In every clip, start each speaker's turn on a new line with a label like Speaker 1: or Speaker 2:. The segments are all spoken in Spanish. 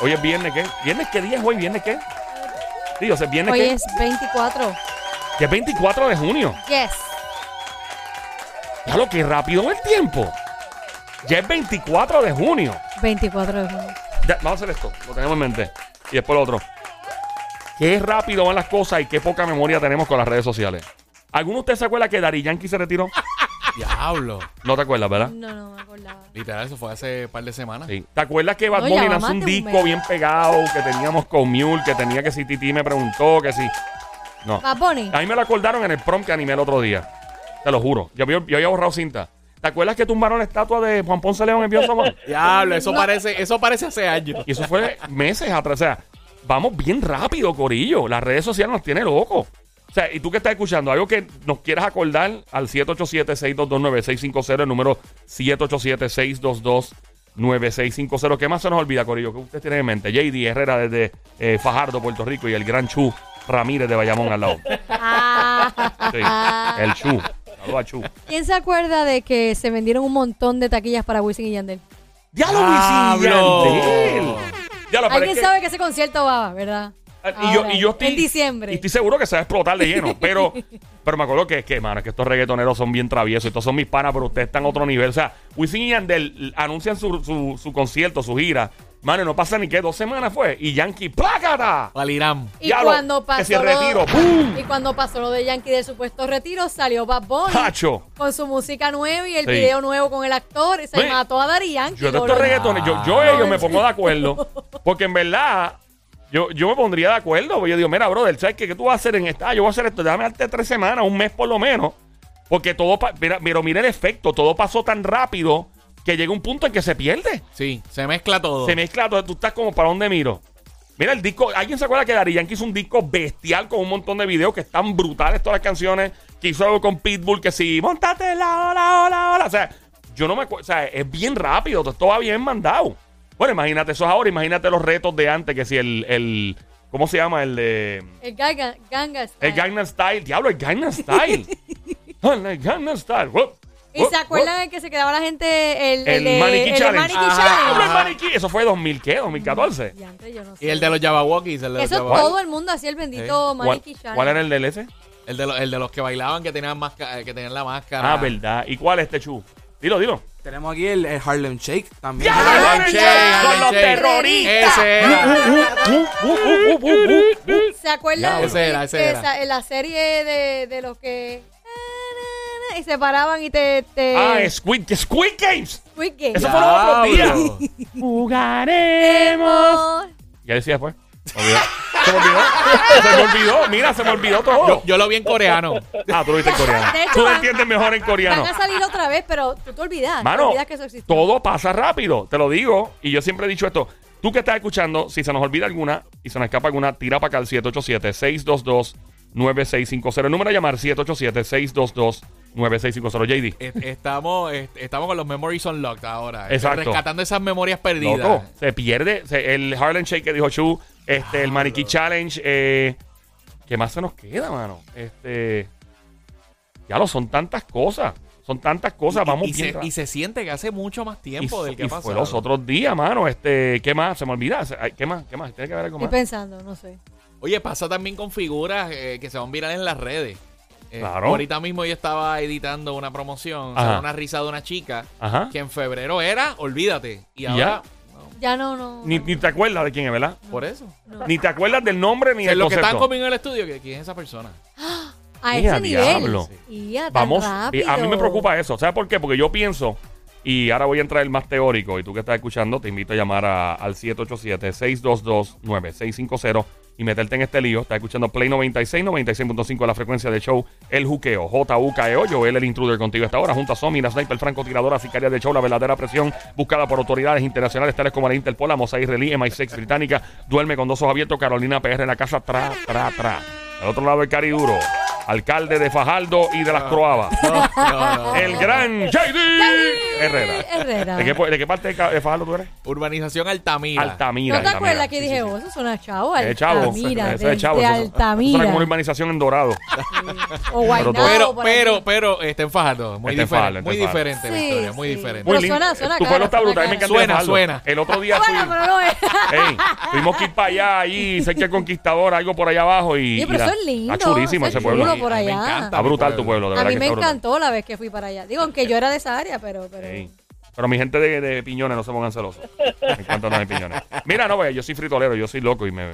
Speaker 1: Hoy es viernes, ¿qué? ¿Viernes qué día es hoy? ¿Viernes qué? Sí, o sea, ¿viernes
Speaker 2: Hoy
Speaker 1: qué?
Speaker 2: es 24.
Speaker 1: Que es 24 de junio.
Speaker 2: Yes.
Speaker 1: Ya lo que rápido el tiempo. Ya es 24 de junio.
Speaker 2: 24 de junio.
Speaker 1: Ya, vamos a hacer esto, lo tenemos en mente. Y después lo otro. Qué rápido van las cosas y qué poca memoria tenemos con las redes sociales. ¿Alguno de ustedes se acuerda que Dari Yankee se retiró?
Speaker 3: Diablo.
Speaker 1: No te acuerdas, ¿verdad?
Speaker 2: No, no me acordaba.
Speaker 3: Literal, eso fue hace un par de semanas.
Speaker 1: Sí. ¿Te acuerdas que Bad
Speaker 2: No,
Speaker 1: Bunny
Speaker 2: ya va
Speaker 1: lanzó un
Speaker 2: más de un
Speaker 1: disco
Speaker 2: mes.
Speaker 1: bien pegado que teníamos con Mule, que tenía que si Titi me preguntó, que si... No.
Speaker 2: Bad Bunny.
Speaker 1: A mí me lo acordaron en el prom que animé el otro día. Te lo juro. Yo, había- yo había borrado cinta. ¿Te acuerdas que tumbaron la estatua de Juan Ponce León en Villa San Juan?
Speaker 3: Diablo, eso parece, eso parece hace años.
Speaker 1: Y eso fue meses atrás. O sea, vamos bien rápido, Corillo. Las redes sociales nos tienen locos. O sea, y tú que estás escuchando, algo que nos quieras acordar al 787-622-9650, el número 787-622-9650. ¿Qué más se nos olvida, Corillo? ¿Qué ustedes tienen en mente? JD Herrera desde eh, Fajardo, Puerto Rico, y el gran Chu Ramírez de Bayamón al lado.
Speaker 2: Ah.
Speaker 1: Sí, el Chu. Saludos a Chu.
Speaker 2: ¿Quién se acuerda de que se vendieron un montón de taquillas para Wisin y Yandel?
Speaker 1: Ah, ¡Ya lo
Speaker 3: ¡Diablo!
Speaker 1: Ya lo
Speaker 2: Alguien sabe que ese concierto va, ¿verdad?
Speaker 1: Ah, Y yo, y yo
Speaker 2: Ahora,
Speaker 1: estoy,
Speaker 2: En diciembre.
Speaker 1: y estoy seguro que se va a explotar de lleno. pero, pero me acuerdo que es que, mano, es que estos reggaetoneros son bien traviesos. Estos son mis panas, pero ustedes están a otro nivel. O sea, Wisin y Yandel anuncian su, su, su concierto, su gira. Mano, y no pasa ni qué, dos semanas fue. Y Yankee, ¡plácata!
Speaker 3: Valirán.
Speaker 2: Y
Speaker 1: Ya lo-
Speaker 2: cuando pasó
Speaker 1: que si el retiro,
Speaker 2: lo,
Speaker 1: ¡pum!
Speaker 2: y cuando pasó lo de Yankee del supuesto retiro, salió Bad Bunny
Speaker 1: ¡Hacho!
Speaker 2: con su música nueva y el
Speaker 1: Ah, Sí.
Speaker 2: video nuevo con el actor. Y se
Speaker 1: Oye,
Speaker 2: mató a Daddy Yankee.
Speaker 1: Yo de estos
Speaker 2: boludo.
Speaker 1: reggaetones, yo, eh, yo ellos me pongo de acuerdo. Porque en verdad, yo, yo me pondría de acuerdo. porque Yo digo, mira, brother, ¿sabes qué? ¿Qué tú vas a hacer en esta? Ah, yo voy a hacer esto, déjame darte tres semanas, un mes por lo menos. Porque todo, pa- mira, pero mira el efecto, todo pasó tan rápido que llega un punto en que se pierde.
Speaker 3: Sí, se mezcla todo.
Speaker 1: Se mezcla todo, tú estás como para dónde miro. Mira el disco, ¿alguien se acuerda que Dari Yankee hizo un disco bestial con un montón de videos que están brutales todas las canciones? Que hizo algo con Pitbull, que sí, montate la ola, ola, ola. O sea, yo no me acuerdo, o sea, es bien rápido, todo esto va bien mandado. Bueno, imagínate eso ahora, imagínate los retos de antes, que si el, el ¿cómo se llama? El de...
Speaker 2: El Gaga, Ganga Style.
Speaker 1: El Gangnam Style, diablo, el Gangnam Style. Ah, el Gangnam Style. Whoop,
Speaker 2: ¿Y
Speaker 1: whoop,
Speaker 2: se acuerdan de que se quedaba la gente el,
Speaker 1: Oh, El
Speaker 2: de-
Speaker 1: Maniquí
Speaker 2: el de
Speaker 1: Challenge.
Speaker 2: Maniquí
Speaker 3: Ah.
Speaker 1: whoop.
Speaker 2: Challenge?
Speaker 1: Diablo, el maniquí. Eso fue 2000, ¿qué? 2014.
Speaker 2: Y antes yo no sé.
Speaker 3: Y el de los Jabawokis. El de los
Speaker 2: Eso
Speaker 3: Jabba-
Speaker 2: todo el mundo hacía el bendito
Speaker 1: Eh, ¿Cuál,
Speaker 2: Maniquí Challenge.
Speaker 1: cuál era el del ese?
Speaker 3: El de, los, el de los que bailaban, que tenían, máscara, que tenían la máscara.
Speaker 1: Ah, verdad. ¿Y cuál es este chu? Dilo, dilo.
Speaker 4: Tenemos aquí el, el Harlem Shake también.
Speaker 1: ¡Ya!
Speaker 3: Harlem
Speaker 1: ¡Harlem
Speaker 3: Shake,
Speaker 1: Shake!
Speaker 3: Harlem
Speaker 1: ¡Son los
Speaker 3: Shake.
Speaker 1: terroristas!
Speaker 3: Ese
Speaker 2: Ah,
Speaker 3: era.
Speaker 1: Uh,
Speaker 2: ¿Se acuerdan
Speaker 3: Diablo. Ese era, ese
Speaker 2: que
Speaker 3: era.
Speaker 2: esa- en la serie de, de los que... Y se paraban y te... te
Speaker 1: Ah, Squid, Squid Games.
Speaker 2: Squid Game.
Speaker 1: Eso fue los otros días.
Speaker 3: Diablo.
Speaker 1: Jugaremos. Ya decía después. Se me olvidó. Se me olvidó. Mira, se me olvidó todo.
Speaker 3: Yo lo vi en coreano.
Speaker 1: Ah, tú lo viste en coreano.
Speaker 2: De hecho,
Speaker 1: Tú lo
Speaker 2: van-
Speaker 1: entiendes mejor en coreano.
Speaker 2: Van a salir otra vez, pero tú te olvidas. te
Speaker 1: Mano,
Speaker 2: olvidas que eso existió.
Speaker 1: todo pasa rápido, te lo digo. Y yo siempre he dicho esto. Tú que estás escuchando, si se nos olvida alguna y se nos escapa alguna, tira para acá al 787-622-9650. El número a llamar 787-622-9650. JD.
Speaker 3: Est- Estamos, est- estamos con los memories unlocked ahora.
Speaker 1: Exacto.
Speaker 3: Rescatando esas memorias perdidas.
Speaker 1: Loco, se pierde se- el Harlem Shake que dijo Chu, este, el Maniquí Challenge. Eh, ¿Qué más se nos queda, mano? Este, ya lo son tantas cosas. Son tantas cosas.
Speaker 3: Y-
Speaker 1: Vamos
Speaker 3: y,
Speaker 1: bien
Speaker 3: se,
Speaker 1: rápido.
Speaker 3: y se siente que hace mucho más tiempo
Speaker 1: y,
Speaker 3: del que
Speaker 1: y
Speaker 3: pasó.
Speaker 1: fue los otros días, mano. Este, ¿qué más? Se me olvida. Se- ay, ¿Qué más? ¿Qué más? Tiene que ver algo
Speaker 2: Estoy
Speaker 1: más.
Speaker 2: pensando, no sé.
Speaker 3: Oye, pasa también con figuras eh, que se van virales en las redes. Eh,
Speaker 1: Claro.
Speaker 3: Ahorita mismo yo estaba editando una promoción, o sea,
Speaker 1: Ajá.
Speaker 3: una risa de una chica,
Speaker 1: Ajá.
Speaker 3: que en febrero era, olvídate. Y
Speaker 1: Y
Speaker 3: ahora,
Speaker 2: Ya no, no.
Speaker 1: Ni, ni te acuerdas de quién es, ¿verdad?
Speaker 3: por eso.
Speaker 1: Ni te acuerdas del nombre ni
Speaker 3: O sea,
Speaker 1: del
Speaker 3: los que están
Speaker 1: concepto.
Speaker 3: conmigo en el estudio, que ¿quién es esa persona?
Speaker 2: a
Speaker 1: Mira,
Speaker 2: ese nivel.
Speaker 1: diablo.
Speaker 2: Y a tan
Speaker 1: Vamos. eh,
Speaker 2: rápido.
Speaker 1: a mí me preocupa eso. ¿Sabes por qué? Porque yo pienso, y ahora voy a entrar el más teórico, y tú que estás escuchando, te invito a llamar a- al 787-622-9650 y meterte en este lío. Estás escuchando Play 96, 96.5 de la frecuencia de show El Juqueo, J-U-K-E-O, E Joel el Intruder contigo hasta ahora, junto a Somi, la sniper francotiradora, sicaria de show, la verdadera presión, buscada por autoridades internacionales tales como la Interpol, la Mossad israelí, MI6 británica, duerme con dos ojos abiertos, Carolina PR en la casa, tra, tra, tra. Al otro lado el Cari Duro, alcalde de Fajardo y de las Croabas.
Speaker 3: No, no, no.
Speaker 1: El gran JD Herrera.
Speaker 2: Herrera.
Speaker 1: ¿De qué, po- de qué parte de Ca- de Fajardo tú eres?
Speaker 3: Urbanización Altamira.
Speaker 1: Altamira.
Speaker 2: ¿No te
Speaker 1: Altamira.
Speaker 2: acuerdas que
Speaker 1: Sí,
Speaker 2: dije,
Speaker 1: sí, sí.
Speaker 2: oh, eso suena chavo?
Speaker 1: Eh, chavo.
Speaker 2: Altamira,
Speaker 1: Eso es chavo.
Speaker 2: de
Speaker 1: eso- Eso es
Speaker 2: Altamira.
Speaker 1: como una urbanización en Dorado.
Speaker 2: o Guaynabo.
Speaker 3: Pero,
Speaker 2: por
Speaker 3: pero,
Speaker 2: aquí.
Speaker 3: pero, está en Fajardo. Muy
Speaker 1: Está en Fajardo, está
Speaker 3: diferente. Muy
Speaker 1: en Fajardo.
Speaker 3: diferente la
Speaker 2: Sí,
Speaker 3: historia. Muy
Speaker 2: sí.
Speaker 3: diferente.
Speaker 1: Muy
Speaker 2: Pero
Speaker 1: lindo.
Speaker 2: suena- suena
Speaker 1: Tu
Speaker 2: cara,
Speaker 1: pueblo está
Speaker 2: suena
Speaker 1: brutal. A mí me
Speaker 2: cara.
Speaker 1: encanta
Speaker 3: Suena,
Speaker 1: Fajardo.
Speaker 3: suena.
Speaker 1: El otro día
Speaker 2: Ah, Bueno,
Speaker 1: fui-
Speaker 2: pero no es.
Speaker 1: Ey, tuvimos que ir para allá ahí, cerca del Conquistador, algo por allá abajo. Y,
Speaker 2: Oye, pero
Speaker 1: y la-
Speaker 2: eso es lindo,
Speaker 1: Está churísimo
Speaker 2: eso
Speaker 1: ese
Speaker 2: es
Speaker 1: pueblo.
Speaker 2: chulo por
Speaker 3: Ay, me
Speaker 2: allá.
Speaker 3: encanta
Speaker 1: Está
Speaker 3: mi
Speaker 1: brutal tu
Speaker 3: pueblo.
Speaker 1: pueblo, de
Speaker 2: A
Speaker 1: verdad.
Speaker 2: mí
Speaker 1: que
Speaker 2: me
Speaker 1: está brutal.
Speaker 2: encantó la vez que fui para allá. Digo, aunque yo era de esa área, pero... pero
Speaker 1: Ey. Pero mi gente de, de piñones no se pongan celosos. Me encantan los de piñones. Mira, no, pues, yo soy fritolero, yo soy loco y me.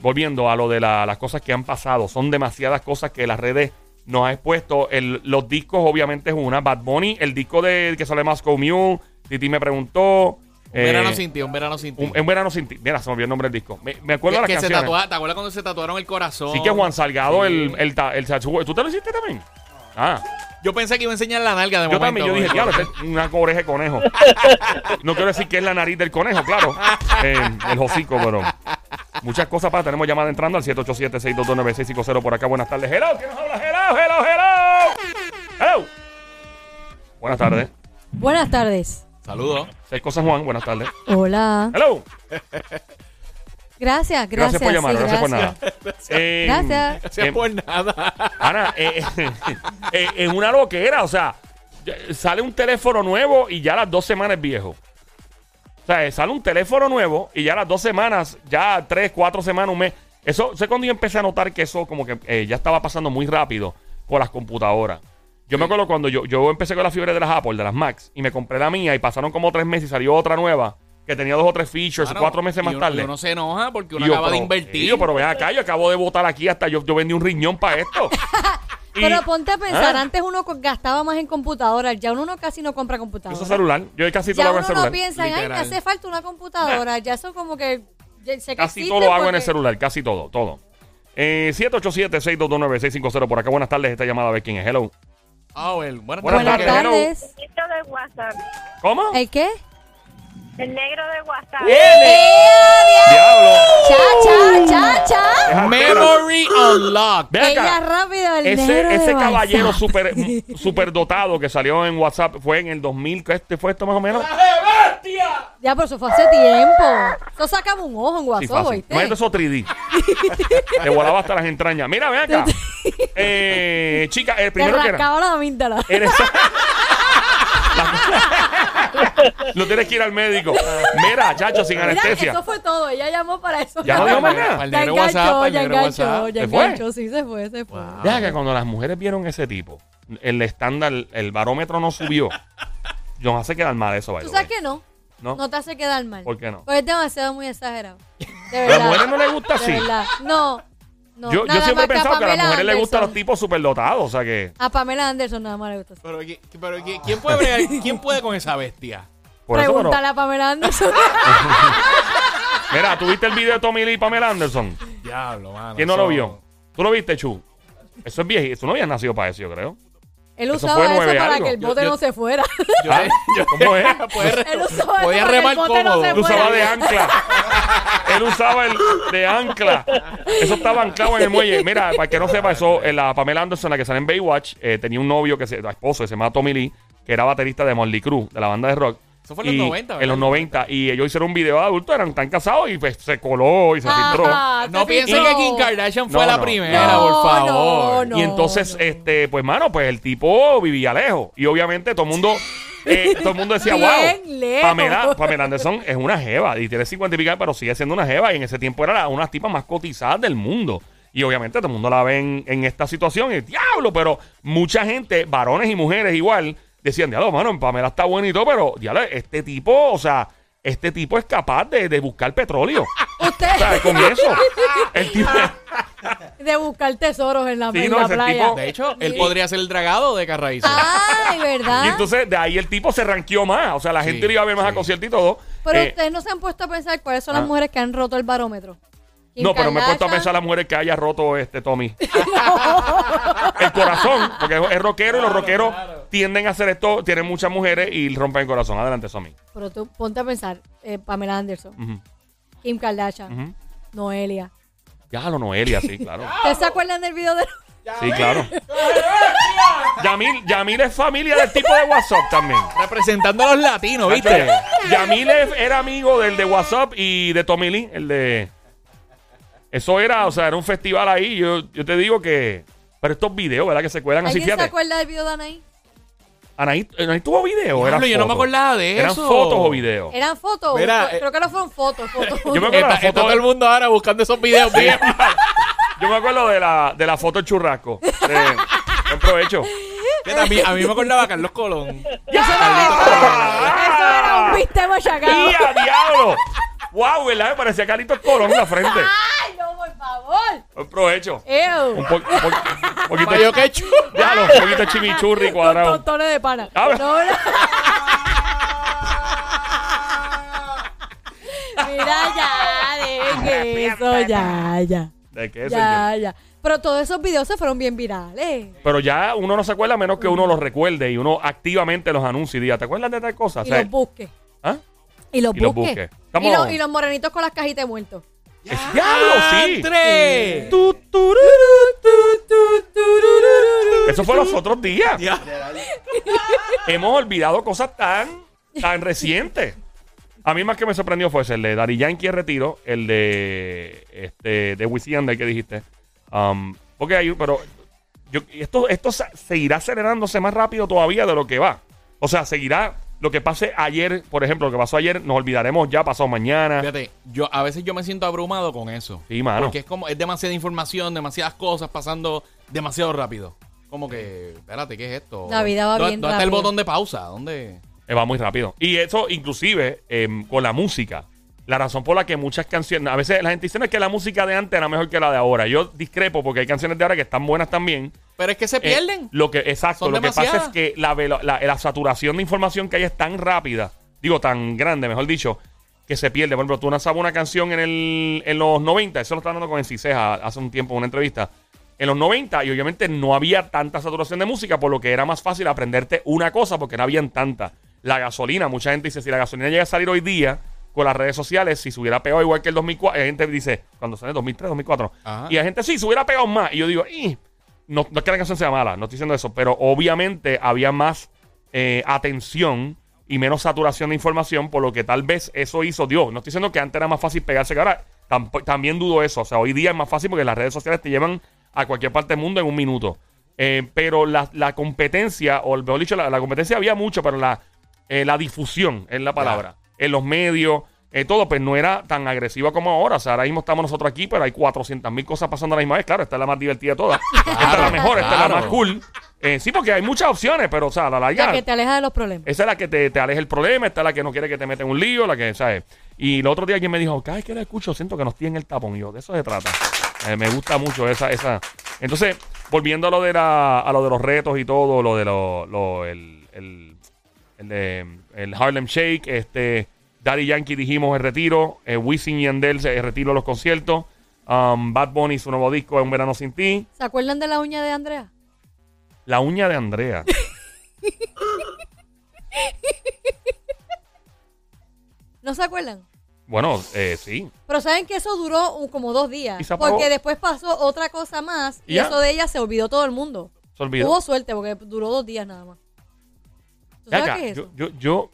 Speaker 1: Volviendo a lo de la- las cosas que han pasado, son demasiadas cosas que las redes nos han expuesto. El- los discos, obviamente, es una. Bad Bunny, el disco de que sale Moscow Mule, Titi me preguntó.
Speaker 3: Un verano
Speaker 1: eh,
Speaker 3: sin ti, un verano sin ti.
Speaker 1: un, un verano sin ti. Mira, se me olvidó el nombre del disco. Me, me
Speaker 3: Que-
Speaker 1: acuerdo de
Speaker 3: que
Speaker 1: las
Speaker 3: se
Speaker 1: canciones.
Speaker 3: tatua- ¿Te acuerdas cuando se tatuaron el corazón?
Speaker 1: Sí que Juan Salgado,
Speaker 3: Sí.
Speaker 1: el, el, ta- el tatu- ¿Tú te lo hiciste también? Ah,
Speaker 3: Yo pensé que iba a enseñar la nalga de
Speaker 1: yo
Speaker 3: momento.
Speaker 1: también. Yo dije, claro,
Speaker 3: pero-
Speaker 1: esa es una oreja de conejo. No quiero decir que es la nariz del conejo, claro. Eh, el hocico, pero... Muchas cosas para... Tenemos llamada entrando al 787-622-9650 por acá. Buenas tardes. Hello, ¿quién nos habla? Hello, hello, hello. Hello. Buenas tardes.
Speaker 2: Buenas tardes.
Speaker 3: Saludos.
Speaker 1: Seis cosas, Juan. Buenas tardes.
Speaker 2: Hola.
Speaker 1: Hello.
Speaker 2: Gracias, gracias.
Speaker 1: Gracias, por llamar.
Speaker 2: sí,
Speaker 1: gracias, por nada. Eh,
Speaker 2: Gracias.
Speaker 3: Gracias
Speaker 1: eh,
Speaker 3: por nada.
Speaker 1: Ana, eh, eh, es una loquera, o sea, ya- eh, sale un teléfono nuevo y ya a las dos semanas es viejo. O sea, eh, sale un teléfono nuevo y ya a las dos semanas, ya tres, cuatro semanas, un mes. Eso, sé cuando yo empecé a notar que eso como que eh, ya estaba pasando muy rápido con las computadoras. Yo me acuerdo cuando yo, yo empecé con la fiebre de las Apple, de las Macs, y me compré la mía y pasaron como tres meses y salió otra nueva que tenía dos o tres features,
Speaker 3: Claro,
Speaker 1: cuatro meses
Speaker 3: y
Speaker 1: más
Speaker 3: uno-
Speaker 1: tarde.
Speaker 3: y Uno se enoja porque uno
Speaker 1: Y yo,
Speaker 3: acaba de
Speaker 1: pero-
Speaker 3: invertir.
Speaker 1: y yo, pero ven acá, yo acabo de votar aquí hasta yo, yo vendí un riñón para esto. Y
Speaker 2: Pero ponte a pensar,
Speaker 1: Ah.
Speaker 2: antes uno co- gastaba más en computadoras, ya uno no casi no compra computadoras.
Speaker 1: Eso es celular. Yo casi todo
Speaker 2: ya
Speaker 1: lo hago en
Speaker 2: uno no
Speaker 1: celular.
Speaker 2: piensa, ay, me
Speaker 3: Literal.
Speaker 2: hace falta una computadora, ya eso como que... ya sé que
Speaker 1: Casi
Speaker 2: existe
Speaker 1: todo lo hago en el
Speaker 2: porque-
Speaker 1: celular, casi todo, todo. Eh, 787-629-650 por acá. Buenas tardes, esta llamada a ver quién es. Hello.
Speaker 3: Ah, bueno, buenas,
Speaker 1: Buenas
Speaker 2: Buenas
Speaker 1: tardes, hello.
Speaker 2: tardes.
Speaker 5: negrito de WhatsApp.
Speaker 1: ¿Cómo?
Speaker 2: ¿El qué?
Speaker 5: El negro de WhatsApp.
Speaker 1: ¡Diablo!
Speaker 2: ¡Cha, cha, cha, cha!
Speaker 1: Es altera.
Speaker 3: Memory Unlocked.
Speaker 1: Ve
Speaker 2: Ella
Speaker 1: acá.
Speaker 2: rápido, el negro
Speaker 1: Ese,
Speaker 2: de
Speaker 1: ese caballero
Speaker 2: WhatsApp.
Speaker 1: super, dotado que salió en WhatsApp fue en el 2000. ¿qué este fue esto más o menos?
Speaker 2: Ya, pero eso fue hace tiempo. Eso sacaba un ojo en
Speaker 1: Sí,
Speaker 2: WhatsApp,
Speaker 1: fácil.
Speaker 2: ¿oíste?
Speaker 1: Imagínate eso 3D. Te volaba hasta las entrañas. Mira, ven acá. Eh, chica, el
Speaker 2: Te
Speaker 1: primero que era. Eh,
Speaker 2: rascaba las amígdalas.
Speaker 1: Eres- no tienes que ir al médico. Mira, chacho, sin
Speaker 2: Mira,
Speaker 1: anestesia.
Speaker 2: eso fue todo. Ella llamó para eso.
Speaker 1: Ya no dijo más nada.
Speaker 3: Al
Speaker 2: Ya
Speaker 3: negro WhatsApp,
Speaker 2: enganchó,
Speaker 3: al
Speaker 2: ya
Speaker 3: negro
Speaker 2: enganchó,
Speaker 3: WhatsApp.
Speaker 2: ya
Speaker 1: ¿Se fue?
Speaker 2: enganchó. Sí, se fue, se fue.
Speaker 3: Wow.
Speaker 1: Ya que cuando las mujeres vieron ese tipo, el estándar, el barómetro no subió. Nos hace quedar mal eso, by
Speaker 2: ¿Tú
Speaker 1: the
Speaker 2: sabes
Speaker 1: way.
Speaker 2: que no?
Speaker 1: ¿No?
Speaker 2: No te hace quedar mal.
Speaker 1: ¿Por qué no?
Speaker 2: Porque es demasiado muy exagerado. De
Speaker 1: A
Speaker 2: verdad.
Speaker 1: las mujeres no les gusta
Speaker 2: de
Speaker 1: así.
Speaker 2: verdad. No, no.
Speaker 1: Yo, yo
Speaker 2: nada
Speaker 1: siempre
Speaker 2: más
Speaker 1: he pensado que a las
Speaker 2: Pamela
Speaker 1: mujeres les gustan los
Speaker 2: Anderson.
Speaker 1: tipos superdotados, o sea que
Speaker 2: A Pamela Anderson nada más le gusta. así.
Speaker 3: Pero, ¿qui- pero ¿qui- ¿quién, puede bregar- ¿quién puede con esa bestia?
Speaker 1: por eso pero-
Speaker 2: Pregúntale a Pamela Anderson.
Speaker 1: Mira, ¿tuviste el video de Tommy Lee y Pamela Anderson?
Speaker 3: Diablo, mano.
Speaker 1: ¿Quién no
Speaker 3: eso-
Speaker 1: lo vio? ¿Tú lo viste, Chu? Eso es viejo, tú no habías nacido para eso, yo creo.
Speaker 2: Él
Speaker 1: Eso
Speaker 2: usaba
Speaker 1: fue
Speaker 2: eso,
Speaker 1: nueve
Speaker 2: para
Speaker 1: algo.
Speaker 2: que el
Speaker 1: Yo-
Speaker 2: bote
Speaker 3: yo-
Speaker 2: no se fuera.
Speaker 3: Yo-
Speaker 1: Ah,
Speaker 3: yo-
Speaker 1: ¿Cómo es?
Speaker 3: puede re-
Speaker 2: Él usaba eso
Speaker 3: Podía
Speaker 2: para que el
Speaker 3: remar
Speaker 2: bote no
Speaker 3: cómodo.
Speaker 2: se
Speaker 1: Él usaba de
Speaker 2: fuera.
Speaker 1: ancla. Él usaba el de ancla. Eso estaba anclado en el muelle. Mira, para que no sepa eso, eh, la Pamela Anderson, la que sale en Baywatch, eh, tenía un novio, que se, esposo, que se llama Tommy Lee, que era baterista de Motley Crue, de la banda de rock.
Speaker 3: Eso fue en los
Speaker 1: Y
Speaker 3: 90, ¿verdad?
Speaker 1: En los 90. Y ellos hicieron un video de adulto, eran tan casados y pues se coló y se filtró.
Speaker 2: Ajá,
Speaker 3: No
Speaker 2: Ah, se
Speaker 3: piensen
Speaker 2: filtró.
Speaker 3: que Kim Kardashian
Speaker 1: No,
Speaker 3: fue la
Speaker 1: no.
Speaker 3: primera,
Speaker 2: No,
Speaker 3: por favor.
Speaker 2: no,
Speaker 1: y entonces, este, pues, mano, pues el tipo vivía lejos. Y obviamente todo el mundo, eh, todo el mundo decía,
Speaker 2: Bien
Speaker 1: wow,
Speaker 2: lejos".
Speaker 1: Pamela, Pamela Anderson es una jeva. Y tiene 50 y pico, pero sigue siendo una jeva. Y en ese tiempo era la- una de las tipas más cotizadas del mundo. Y obviamente todo el mundo la ve en, en esta situación. Y diablo, pero mucha gente, varones y mujeres igual, decían, diablo, mano, Pamela está bueno y todo, pero diablo, este tipo, o sea, este tipo es capaz de, de buscar petróleo. eh, O sea,
Speaker 2: Usted
Speaker 1: con eso. El tipo...
Speaker 2: Ah. de buscar tesoros en la,
Speaker 1: Sí,
Speaker 2: en
Speaker 1: no,
Speaker 2: la
Speaker 1: ese
Speaker 2: playa.
Speaker 1: tipo-
Speaker 3: De hecho,
Speaker 2: Sí.
Speaker 3: él podría ser el dragado de Carraízo.
Speaker 2: Ay, ¿verdad?
Speaker 1: Y entonces de ahí el tipo se ranqueó más. O sea, la
Speaker 3: Ah. Sí,
Speaker 1: gente lo iba a ver más a
Speaker 3: sí.
Speaker 1: conciertos y todo.
Speaker 2: Pero
Speaker 1: Eh,
Speaker 2: ustedes no se han puesto a pensar cuáles son
Speaker 1: ah.
Speaker 2: las mujeres que han roto el barómetro. Kim
Speaker 1: no, pero me he puesto a
Speaker 2: Kardashian,
Speaker 1: pensar las mujeres que haya roto este Tommy. el corazón, porque es- es rockero y los rockeros tienden a hacer esto, tienen muchas mujeres y rompen el corazón. Adelante, Tommy.
Speaker 2: Pero tú ponte a pensar, eh, Pamela Anderson,
Speaker 1: Ujú,
Speaker 2: Kim Kardashian,
Speaker 1: Mm. ujú.
Speaker 2: Noelia.
Speaker 1: Ya lo Noelia, sí, claro.
Speaker 2: ¿Ustedes se acuerdan del video de
Speaker 1: Ah, Sí, claro. Yamil, Yamil es familia del tipo de WhatsApp también.
Speaker 3: Representando a los latinos,
Speaker 1: ¿Viste?
Speaker 3: ¿viste?
Speaker 1: Yamil es- era amigo del de WhatsApp y de Tommy Lee, el de. Eso era, o sea, era un festival ahí. Yo, yo te digo que. Pero estos videos, ¿verdad? Que se cuelan así,
Speaker 2: ¿Alguien se
Speaker 1: fíjate.
Speaker 2: acuerda del video de Anaí?
Speaker 1: Anaí, Anaí tuvo video. Era
Speaker 3: Diablo, yo no me acordaba de
Speaker 1: ¿Eran
Speaker 3: eso.
Speaker 1: fotos o videos?
Speaker 2: ¿Eran fotos?
Speaker 3: Mira,
Speaker 2: Creo que no fueron fotos. fotos.
Speaker 1: Yo me acuerdo de
Speaker 3: Está,
Speaker 1: la
Speaker 3: está
Speaker 1: foto.
Speaker 3: Eh, todo el mundo ahora buscando esos videos bien.
Speaker 1: Yo me acuerdo de la, de la foto del churrasco. Eh, buen provecho.
Speaker 3: Fíjate, a, mí, a mí me acordaba Carlos Colón.
Speaker 2: Eso era un viste machacado.
Speaker 1: ¡Y a diablo! ¡Wow! ¿Verdad? Me parecía Carlitos Colón en la frente.
Speaker 2: ¡Ay, no, por favor!
Speaker 1: Buen provecho.
Speaker 2: ¡Ew!
Speaker 1: Un po- po- poquito,
Speaker 3: Mayo Quechu.
Speaker 1: diablo, un poquito de chimichurri
Speaker 2: Con
Speaker 1: cuadrado.
Speaker 2: tostones de pana.
Speaker 1: Ah, bueno.
Speaker 2: No, no. Mira, ya, deje eso, ya, ya.
Speaker 1: ¿De qué, señor?
Speaker 2: Ya, ya. Pero todos esos videos se fueron bien virales.
Speaker 1: Pero ya uno no se acuerda a menos que uno los recuerde y uno activamente los anuncie y diga, ¿te acuerdas de tal cosa? O
Speaker 2: Y
Speaker 1: sea,
Speaker 2: los busques.
Speaker 1: ¿ah?
Speaker 2: Y los
Speaker 1: Y los
Speaker 2: busques.
Speaker 1: busques.
Speaker 2: Y,
Speaker 1: Estamos-
Speaker 2: los- y los morenitos con las cajitas de muertos.
Speaker 1: Es- ¡Diablo, sí!
Speaker 3: ¡Andre!
Speaker 1: Tu, tururú, tu, tu, tururú. Eso fue los otros días. Hemos olvidado cosas tan, tan recientes. A mí más que me sorprendió fue ese, el de Dari Yankee en retiro, el de este de Wisin y Yandel que dijiste. Um, porque hay, pero yo- esto, esto se- seguirá acelerándose más rápido todavía de lo que va. O sea, seguirá lo que pase ayer, por ejemplo, lo que pasó ayer, nos olvidaremos ya, pasado mañana.
Speaker 3: Fíjate, yo a veces yo me siento abrumado con eso.
Speaker 1: Sí, mano.
Speaker 3: Porque es como, es demasiada información, demasiadas cosas pasando demasiado rápido. Como que, espérate, ¿qué es esto?
Speaker 2: La vida va
Speaker 3: ¿Dó-
Speaker 2: bien
Speaker 3: ¿Dónde está el
Speaker 2: rápido.
Speaker 3: botón de pausa? ¿Dónde?
Speaker 1: Eh, va muy rápido. Y eso, inclusive, em, con la música. La razón por la que muchas canciones. A veces la gente dice "No, es que la música de antes era mejor que la de ahora. Yo discrepo porque hay canciones de ahora que están buenas también.
Speaker 3: Pero es que se
Speaker 1: Eh,
Speaker 3: pierden.
Speaker 1: lo que, exacto.
Speaker 3: Son
Speaker 1: Lo que pasa es
Speaker 3: demasiadas.
Speaker 1: que la, velo- la- la saturación de información que hay es tan rápida, digo, tan grande, mejor dicho, que se pierde. Por ejemplo, tú lanzabas una canción en, el, en los 90, eso lo estaba hablando con Enciseja hace un tiempo en una entrevista. En los 90, y obviamente no había tanta saturación de música, por lo que era más fácil aprenderte una cosa, porque no habían tanta. La gasolina, mucha gente dice, si la gasolina llega a salir hoy día con las redes sociales, si se hubiera pegado igual que el 2004, hay eh, gente que dice, cuando sale el 2003, 2004,
Speaker 3: Ajá.
Speaker 1: y la gente sí, se hubiera pegado más. Y yo digo, "Ih". no, no es que la canción sea mala, no estoy diciendo eso, pero obviamente había más eh, atención y menos saturación de información, por lo que tal vez eso hizo Dios. No estoy diciendo que antes era más fácil pegarse que ahora, tampo- también dudo eso. O sea, hoy día es más fácil porque las redes sociales te llevan a cualquier parte del mundo en un minuto. Eh, pero la, la competencia, o mejor dicho, la, la competencia había mucho, pero la, eh, la difusión es la palabra. En los medios, eh, todo, pues no era tan agresiva como ahora. O sea, ahora mismo estamos nosotros aquí, pero hay 400 mil cosas pasando a la misma vez. Claro, esta es la más divertida de todas. esta es la mejor, esta es la
Speaker 3: claro.
Speaker 1: más cool. Eh, sí, porque hay muchas opciones, pero, o sea, a la larga.
Speaker 2: La que te aleja de los problemas.
Speaker 1: Esa es la que te, te aleja el problema, esta es la que no quiere que te meten un lío, la que, ¿sabes? Y el otro día alguien me dijo, cada vez que la escucho siento que nos tienen el tapón. Y yo, de eso se trata. Eh, me gusta mucho esa, esa. Entonces, volviendo a lo de la, a lo de los retos y todo, lo de lo, lo- el, el, el de- el Harlem Shake, este, Daddy Yankee dijimos el retiro, eh, Wisin y Andel el retiro de los conciertos, um, Bad Bunny su nuevo disco Un Verano Sin Ti,
Speaker 2: ¿Se acuerdan de la uña de Andrea?
Speaker 1: La Uña de Andrea.
Speaker 2: ¿No se acuerdan?
Speaker 1: Bueno, eh, sí.
Speaker 2: Pero saben que eso duró uh, como dos días.
Speaker 1: Y se apagó.
Speaker 2: Porque después pasó otra cosa más y
Speaker 1: Ya.
Speaker 2: eso de ella se olvidó todo el mundo.
Speaker 1: Se olvidó.
Speaker 2: Hubo suerte porque duró dos días nada más. Oh, ¿Tú
Speaker 1: Ven
Speaker 2: sabes
Speaker 1: acá,
Speaker 2: qué es eso?
Speaker 1: yo, yo, yo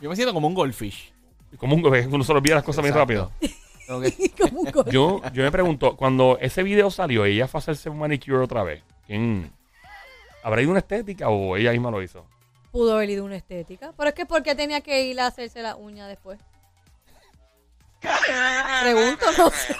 Speaker 3: Yo me siento como un goldfish.
Speaker 1: Como un bebé, uno se le olvida las cosas bien rápido.
Speaker 3: Exacto. Como que-
Speaker 2: Como un coche.
Speaker 1: Yo, yo me pregunto, cuando ese video salió, ella fue a hacerse un manicure otra vez. ¿Quién? ¿Habrá ido a una estética o ella misma lo hizo?
Speaker 2: Pudo haber ido a una estética. Pero es que ¿por qué tenía que ir a hacerse la uña después? Pregunto, no sé.